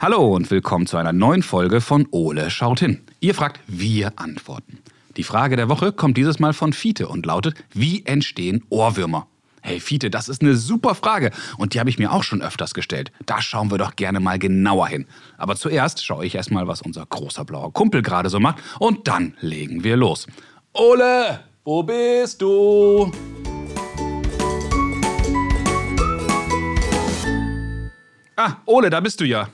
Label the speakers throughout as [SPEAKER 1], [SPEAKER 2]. [SPEAKER 1] Hallo und willkommen zu einer neuen Folge von Ole schaut hin. Ihr fragt, wir antworten. Die Frage der Woche kommt dieses Mal von Fiete und lautet, wie entstehen Ohrwürmer? Hey Fiete, das ist eine super Frage und die habe ich mir auch schon öfters gestellt. Da schauen wir doch gerne mal genauer hin. Aber zuerst schaue ich erstmal, was unser großer blauer Kumpel gerade so macht und dann legen wir los. Ole, wo bist du? Ah, Ole, da bist du ja.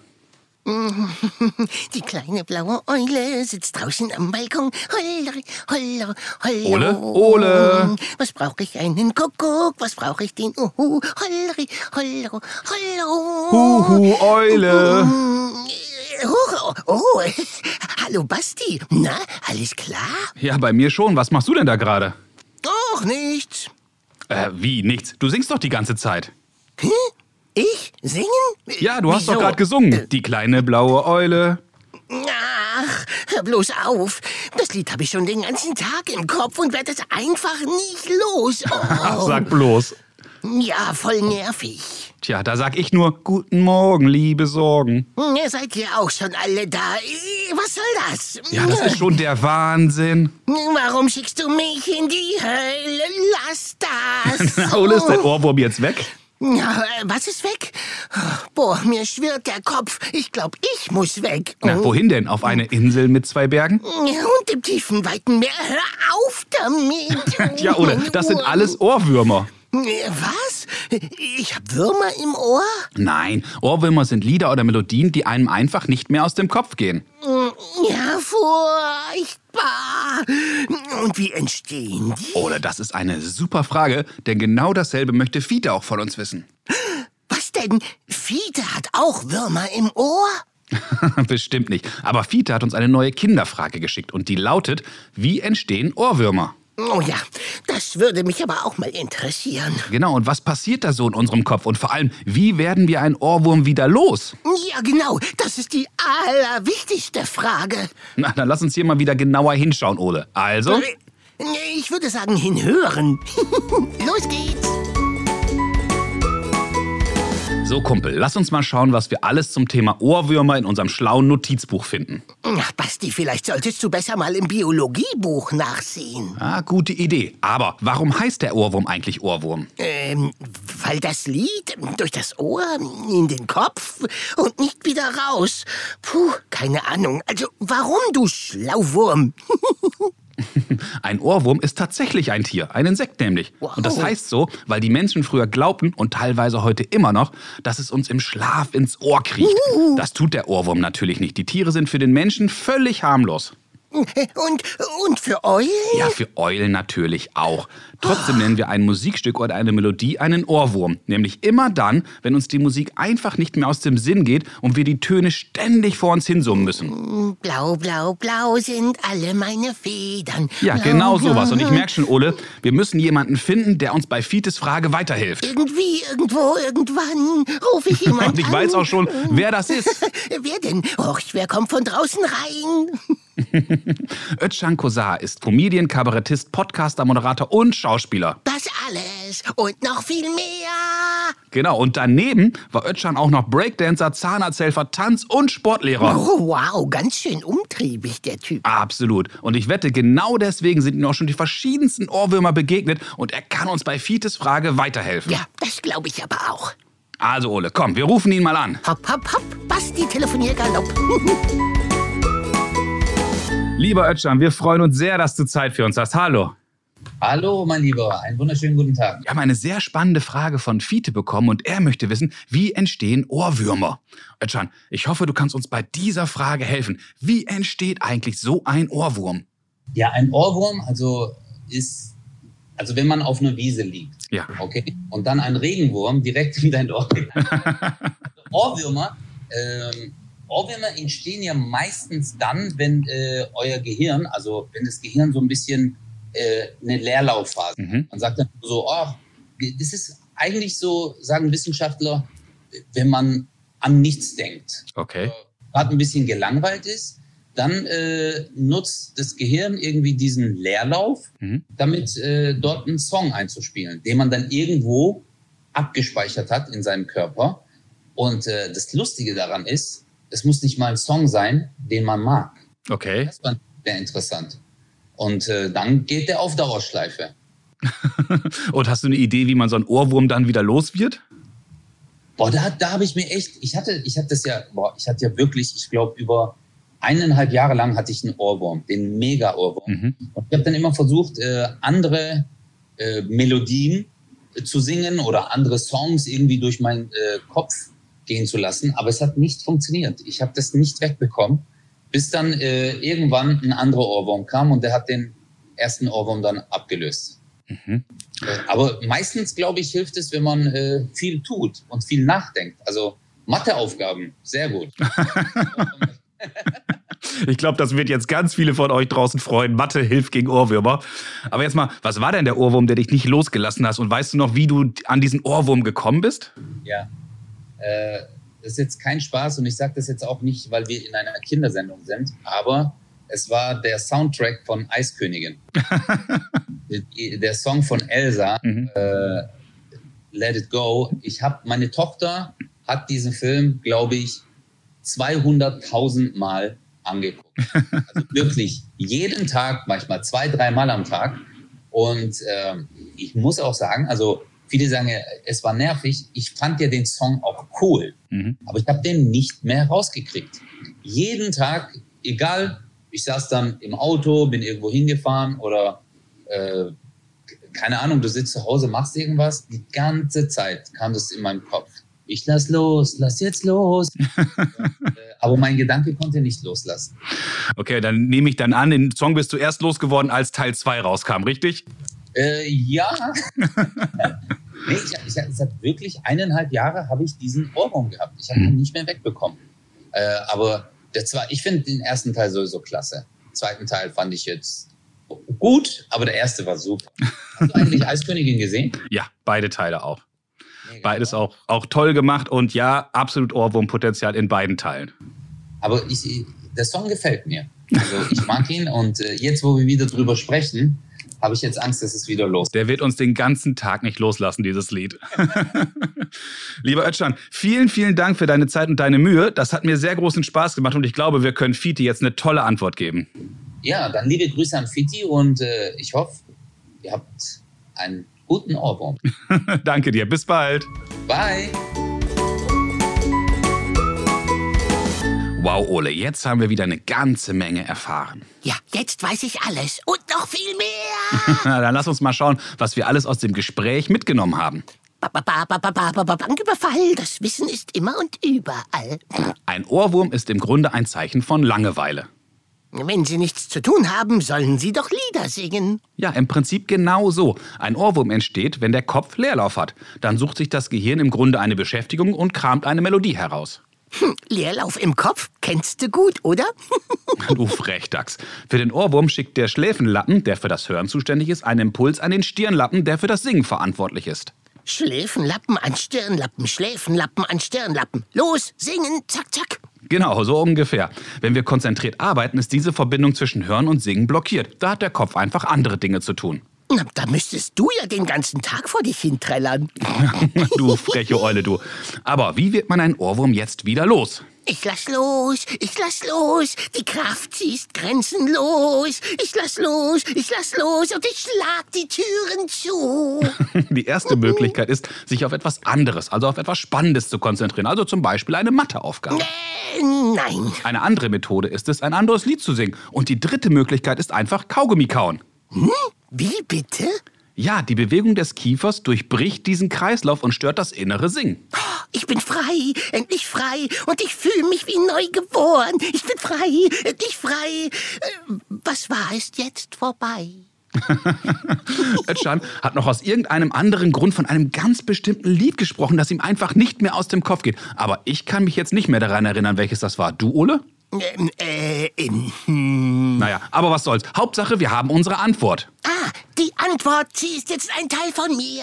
[SPEAKER 2] Die kleine blaue Eule sitzt draußen am Balkon. Holla, holla, holla.
[SPEAKER 1] Ole, Ole.
[SPEAKER 2] Was brauche ich einen Kuckuck? Was brauche ich den Uhu? Hollri, holla, holla.
[SPEAKER 1] Huhu, Eule.
[SPEAKER 2] Mm, Huch, oh, oh. Hallo Basti. Na, alles klar?
[SPEAKER 1] Ja, bei mir schon. Was machst du denn da gerade?
[SPEAKER 2] Auch nichts.
[SPEAKER 1] Äh, wie? Nichts. Du singst doch die ganze Zeit.
[SPEAKER 2] Hm? Ich singen?
[SPEAKER 1] Ja, du hast doch
[SPEAKER 2] Wieso?
[SPEAKER 1] gerade gesungen. Die kleine blaue Eule.
[SPEAKER 2] Ach, hör bloß auf. Das Lied habe ich schon den ganzen Tag im Kopf und werde es einfach nicht los.
[SPEAKER 1] Ach,
[SPEAKER 2] Oh.
[SPEAKER 1] sag bloß.
[SPEAKER 2] Ja, voll nervig.
[SPEAKER 1] Tja, da sag ich nur Guten Morgen, liebe Sorgen.
[SPEAKER 2] Ihr seid ja auch schon alle da. Äh, Was soll das?
[SPEAKER 1] Ja, das ist schon der Wahnsinn.
[SPEAKER 2] Warum schickst du mich in die Hölle? Lass das.
[SPEAKER 1] Na, Ole, ist dein Ohrwurm jetzt weg?
[SPEAKER 2] Ja, äh, was ist weg? Boah, mir schwirrt der Kopf. Ich glaube, ich muss weg.
[SPEAKER 1] Na, wohin denn? Auf eine Insel mit zwei Bergen?
[SPEAKER 2] Und im tiefen, weiten Meer. Hör auf damit.
[SPEAKER 1] Tja, Ole, das sind alles Ohrwürmer.
[SPEAKER 2] Was? Ich hab Würmer im Ohr?
[SPEAKER 1] Nein, Ohrwürmer sind Lieder oder Melodien, die einem einfach nicht mehr aus dem Kopf gehen.
[SPEAKER 2] Ja, furchtbar. Und wie entstehen die?
[SPEAKER 1] Ole, das ist eine super Frage, denn genau dasselbe möchte Fiete auch von uns wissen.
[SPEAKER 2] Was denn? Fiete hat auch Würmer im Ohr?
[SPEAKER 1] Bestimmt nicht. Aber Fiete hat uns eine neue Kinderfrage geschickt und die lautet: Wie entstehen Ohrwürmer?
[SPEAKER 2] Oh ja, das würde mich aber auch mal interessieren.
[SPEAKER 1] Genau, und was passiert da so in unserem Kopf? Und vor allem, wie werden wir einen Ohrwurm wieder los?
[SPEAKER 2] Ja, genau, das ist die allerwichtigste Frage.
[SPEAKER 1] Na, dann lass uns hier mal wieder genauer hinschauen, Ole. Also,
[SPEAKER 2] Ich würde sagen, hinhören. Los geht's.
[SPEAKER 1] so Kumpel, lass uns mal schauen, was wir alles zum Thema Ohrwürmer in unserem schlauen Notizbuch finden.
[SPEAKER 2] Ach, Basti, vielleicht solltest du besser mal im Biologiebuch nachsehen.
[SPEAKER 1] Ah, gute Idee. Aber warum heißt der Ohrwurm eigentlich Ohrwurm?
[SPEAKER 2] Ähm, weil das Lied durch das Ohr in den Kopf und nicht wieder raus. Puh, keine Ahnung. Also, warum, du Schlauwurm?
[SPEAKER 1] Ein Ohrwurm ist tatsächlich ein Tier, ein Insekt nämlich.
[SPEAKER 2] Wow.
[SPEAKER 1] Und das heißt so, weil die Menschen früher glaubten und teilweise heute immer noch, dass es uns im Schlaf ins Ohr kriecht. Das tut der Ohrwurm natürlich nicht. Die Tiere sind für den Menschen völlig harmlos.
[SPEAKER 2] Und, und für Eulen?
[SPEAKER 1] Ja, für Eulen natürlich auch. Trotzdem nennen wir ein Musikstück oder eine Melodie einen Ohrwurm. Nämlich immer dann, wenn uns die Musik einfach nicht mehr aus dem Sinn geht und wir die Töne ständig vor uns hinsummen müssen.
[SPEAKER 2] Blau, blau, blau sind alle meine Federn.
[SPEAKER 1] Ja,
[SPEAKER 2] blau,
[SPEAKER 1] genau
[SPEAKER 2] blau.
[SPEAKER 1] sowas. Und ich merke schon, Ole, wir müssen jemanden finden, der uns bei Fietes Frage weiterhilft.
[SPEAKER 2] Irgendwie, irgendwo, irgendwann rufe ich jemanden
[SPEAKER 1] Und ich
[SPEAKER 2] an.
[SPEAKER 1] weiß auch schon, wer das ist.
[SPEAKER 2] Wer denn? Och, wer kommt von draußen rein?
[SPEAKER 1] Özcan Kosar ist Comedian, Kabarettist, Podcaster, Moderator und Schauspieler.
[SPEAKER 2] Das alles und noch viel mehr.
[SPEAKER 1] Genau, und daneben war Özcan auch noch Breakdancer, Zahnarzthelfer, Tanz- und Sportlehrer.
[SPEAKER 2] Oh, wow, ganz schön umtriebig, der Typ.
[SPEAKER 1] Absolut. Und ich wette, genau deswegen sind ihm auch schon die verschiedensten Ohrwürmer begegnet und er kann uns bei Fietes Frage weiterhelfen.
[SPEAKER 2] Ja, das glaube ich aber auch.
[SPEAKER 1] Also Ole, komm, wir rufen ihn mal an.
[SPEAKER 2] Hopp, hopp, hopp, Basti, Telefoniergalopp.
[SPEAKER 1] Lieber Özcan, wir freuen uns sehr, dass du Zeit für uns hast. Hallo.
[SPEAKER 3] Hallo, mein Lieber, einen wunderschönen guten Tag.
[SPEAKER 1] Wir haben eine sehr spannende Frage von Fiete bekommen und er möchte wissen, wie entstehen Ohrwürmer? Özcan, ich hoffe, du kannst uns bei dieser Frage helfen. Wie entsteht eigentlich so ein Ohrwurm?
[SPEAKER 3] Ja, ein Ohrwurm, also ist, also wenn man auf einer Wiese liegt,
[SPEAKER 1] Ja.
[SPEAKER 3] okay, und dann ein Regenwurm direkt in dein Ohr. Ohrwürmer, ähm, Ohrwürmer entstehen ja meistens dann, wenn äh, euer Gehirn, also wenn das Gehirn so ein bisschen äh, eine Leerlaufphase hat.
[SPEAKER 1] Mhm.
[SPEAKER 3] Man sagt dann so, ach, das ist eigentlich so, sagen Wissenschaftler, wenn man an nichts denkt.
[SPEAKER 1] Okay.
[SPEAKER 3] gerade ein bisschen gelangweilt ist, dann äh, nutzt das Gehirn irgendwie diesen Leerlauf,
[SPEAKER 1] Mhm.
[SPEAKER 3] damit äh, dort einen Song einzuspielen, den man dann irgendwo abgespeichert hat in seinem Körper. Und äh, das Lustige daran ist, es muss nicht mal ein Song sein, den man mag.
[SPEAKER 1] Okay.
[SPEAKER 3] Das war sehr interessant. Und äh, dann geht der auf Dauerschleife.
[SPEAKER 1] Und hast du eine Idee, wie man so einen Ohrwurm dann wieder los wird?
[SPEAKER 3] Boah, da, da habe ich mir echt, ich hatte, ich hatte das ja, boah, ich hatte ja wirklich, ich glaube, über eineinhalb Jahre lang hatte ich einen Ohrwurm, den Mega-Ohrwurm.
[SPEAKER 1] Mhm.
[SPEAKER 3] Und ich habe dann immer versucht, äh, andere äh, Melodien äh, zu singen oder andere Songs irgendwie durch meinen äh, Kopf gehen zu lassen, aber es hat nicht funktioniert. Ich habe das nicht wegbekommen, bis dann äh, irgendwann ein anderer Ohrwurm kam und der hat den ersten Ohrwurm dann abgelöst. Äh, Aber meistens, glaube ich, hilft es, wenn man äh, viel tut und viel nachdenkt. Also Matheaufgaben, sehr gut.
[SPEAKER 1] Ich glaube, das wird jetzt ganz viele von euch draußen freuen. Mathe hilft gegen Ohrwürmer. Aber jetzt mal, was war denn der Ohrwurm, der dich nicht losgelassen hast? Und weißt du noch, wie du an diesen Ohrwurm gekommen bist?
[SPEAKER 3] Ja. Äh, das ist jetzt kein Spaß und ich sage das jetzt auch nicht, weil wir in einer Kindersendung sind, aber es war der Soundtrack von Eiskönigin. Der- der Song von Elsa, äh, Let It Go. Ich habe, meine Tochter hat diesen Film, glaube ich, 200.000 Mal angeguckt. Also wirklich jeden Tag, manchmal zwei, dreimal am Tag. Und ähm, ich muss auch sagen, also viele sagen, ja, es war nervig. Ich fand ja den Song auch cool,
[SPEAKER 1] Mhm.
[SPEAKER 3] aber ich habe den nicht mehr rausgekriegt. Jeden Tag, egal, ich saß dann im Auto, bin irgendwo hingefahren oder äh, keine Ahnung, du sitzt zu Hause, machst irgendwas. Die ganze Zeit kam das in meinem Kopf. Ich lass los, lass jetzt los. Und, äh, aber mein Gedanke konnte nicht loslassen.
[SPEAKER 1] Okay, dann nehme ich dann an, den Song bist du erst losgeworden, als Teil 2 rauskam, richtig?
[SPEAKER 3] Äh, ja. nee, ich, hab- ich, hab- ich hab wirklich eineinhalb Jahre habe ich diesen Ohrwurm gehabt. Ich
[SPEAKER 1] Mhm.
[SPEAKER 3] habe ihn nicht mehr wegbekommen. Äh, aber der zwei, ich finde den ersten Teil sowieso klasse. Den zweiten Teil fand ich jetzt gut, aber der erste war super. Hast du eigentlich Eiskönigin gesehen?
[SPEAKER 1] Ja, beide Teile auch.
[SPEAKER 3] Nee,
[SPEAKER 1] Beides auch, auch toll gemacht und ja, absolut Ohrwurmpotenzial in beiden Teilen.
[SPEAKER 3] Aber ich, der Song gefällt mir. Also ich mag ihn und äh, jetzt, wo wir wieder drüber sprechen, habe ich jetzt Angst, dass es wieder los.
[SPEAKER 1] Der wird uns den ganzen Tag nicht loslassen, dieses Lied. Lieber Özcan, vielen, vielen Dank für deine Zeit und deine Mühe. Das hat mir sehr großen Spaß gemacht und ich glaube, wir können Fiti jetzt eine tolle Antwort geben.
[SPEAKER 3] Ja, dann liebe Grüße an Fiti und äh, ich hoffe, ihr habt einen guten Ohrwurm.
[SPEAKER 1] Danke dir, bis bald.
[SPEAKER 3] Bye!
[SPEAKER 1] Wow, Ole, jetzt haben wir wieder eine ganze Menge erfahren.
[SPEAKER 2] Ja, jetzt weiß ich alles und noch viel mehr.
[SPEAKER 1] Na, dann lass uns mal schauen, was wir alles aus dem Gespräch mitgenommen haben.
[SPEAKER 2] Ba- ba- ba- ba- ba- ba- ba- ba- Banküberfall, das Wissen ist immer und überall.
[SPEAKER 1] Ein Ohrwurm ist im Grunde ein Zeichen von Langeweile.
[SPEAKER 2] Wenn Sie nichts zu tun haben, sollen Sie doch Lieder singen.
[SPEAKER 1] Ja, im Prinzip genau so. Ein Ohrwurm entsteht, wenn der Kopf Leerlauf hat. Dann sucht sich das Gehirn im Grunde eine Beschäftigung und kramt eine Melodie heraus.
[SPEAKER 2] Leerlauf im Kopf kennst du gut, oder?
[SPEAKER 1] Du Frechdachs. Für den Ohrwurm schickt der Schläfenlappen, der für das Hören zuständig ist, einen Impuls an den Stirnlappen, der für das Singen verantwortlich ist.
[SPEAKER 2] Schläfenlappen an Stirnlappen, Schläfenlappen an Stirnlappen. Los, singen, zack, zack.
[SPEAKER 1] Genau, so ungefähr. Wenn wir konzentriert arbeiten, ist diese Verbindung zwischen Hören und Singen blockiert. Da hat der Kopf einfach andere Dinge zu tun.
[SPEAKER 2] Na, da müsstest du ja den ganzen Tag vor dich hinträllern.
[SPEAKER 1] Du freche Eule, du. Aber wie wird man einen Ohrwurm jetzt wieder los?
[SPEAKER 2] Ich lass los, ich lass los, die Kraft schießt grenzenlos. Ich lass los, ich lass los und ich schlag die Türen zu.
[SPEAKER 1] Die erste Möglichkeit ist, sich auf etwas anderes, also auf etwas Spannendes zu konzentrieren. Also zum Beispiel eine Matheaufgabe.
[SPEAKER 2] Äh, nein.
[SPEAKER 1] Eine andere Methode ist es, ein anderes Lied zu singen. Und die dritte Möglichkeit ist einfach Kaugummi kauen.
[SPEAKER 2] Wie bitte?
[SPEAKER 1] Ja, die Bewegung des Kiefers durchbricht diesen Kreislauf und stört das innere Singen.
[SPEAKER 2] Ich bin frei, endlich frei und ich fühle mich wie neu geboren. Ich bin frei, endlich frei. Äh, Was war, ist jetzt vorbei.
[SPEAKER 1] Özcan hat noch aus irgendeinem anderen Grund von einem ganz bestimmten Lied gesprochen, das ihm einfach nicht mehr aus dem Kopf geht. Aber ich kann mich jetzt nicht mehr daran erinnern, welches das war. Du, Ole?
[SPEAKER 2] Ähm, äh, ähm, hm.
[SPEAKER 1] Naja, aber was soll's. Hauptsache, wir haben unsere Antwort.
[SPEAKER 2] Ah, die Antwort, sie ist jetzt ein Teil von mir.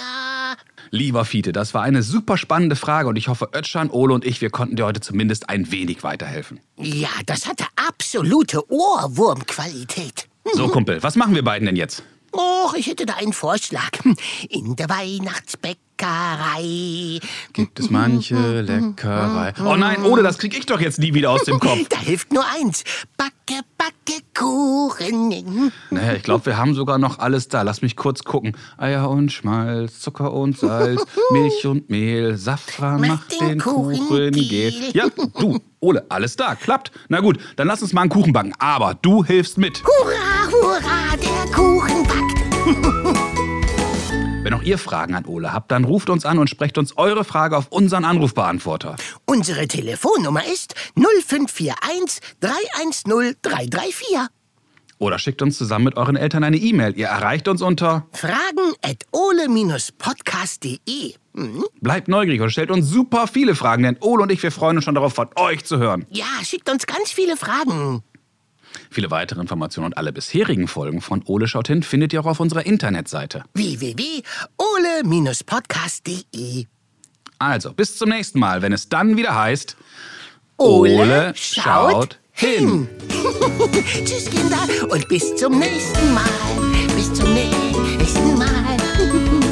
[SPEAKER 1] Lieber Fiete, das war eine super spannende Frage und ich hoffe, Özcan, Ole und ich, wir konnten dir heute zumindest ein wenig weiterhelfen.
[SPEAKER 2] Ja, das hatte absolute Ohrwurmqualität.
[SPEAKER 1] So, Kumpel, was machen wir beiden denn jetzt?
[SPEAKER 2] Och, ich hätte da einen Vorschlag. In der Weihnachtsbäckerei Leckerei.
[SPEAKER 1] Gibt es manche Leckerei. Oh nein, ohne das krieg ich doch jetzt nie wieder aus dem Kopf.
[SPEAKER 2] Da hilft nur eins. Backe, backe Kuchen.
[SPEAKER 1] Naja, ich glaube, wir haben sogar noch alles da. Lass mich kurz gucken. Eier und Schmalz, Zucker und Salz, Milch und Mehl, Safran macht den, Kuchen,
[SPEAKER 2] gel.
[SPEAKER 1] gel. Ja, du, Ole, alles da, klappt. Na gut, dann lass uns mal einen Kuchen backen. Aber du hilfst mit.
[SPEAKER 2] Hurra, hurra, der Kuchen backt.
[SPEAKER 1] Wenn auch ihr Fragen an Ole habt, dann ruft uns an und sprecht uns eure Frage auf unseren Anrufbeantworter.
[SPEAKER 2] Unsere Telefonnummer ist 0541 310 334.
[SPEAKER 1] Oder schickt uns zusammen mit euren Eltern eine E-Mail. Ihr erreicht uns unter
[SPEAKER 2] Fragen at ole-podcast.de. Hm?
[SPEAKER 1] Bleibt neugierig und stellt uns super viele Fragen, denn Ole und ich, wir freuen uns schon darauf, von euch zu hören.
[SPEAKER 2] Ja, schickt uns ganz viele Fragen.
[SPEAKER 1] Viele weitere Informationen und alle bisherigen Folgen von Ole schaut hin findet ihr auch auf unserer Internetseite.
[SPEAKER 2] www.ole-podcast.de.
[SPEAKER 1] Also, bis zum nächsten Mal, wenn es dann wieder heißt
[SPEAKER 2] Tschüss, Kinder, und bis zum nächsten Mal. Bis zum nächsten Mal. Oh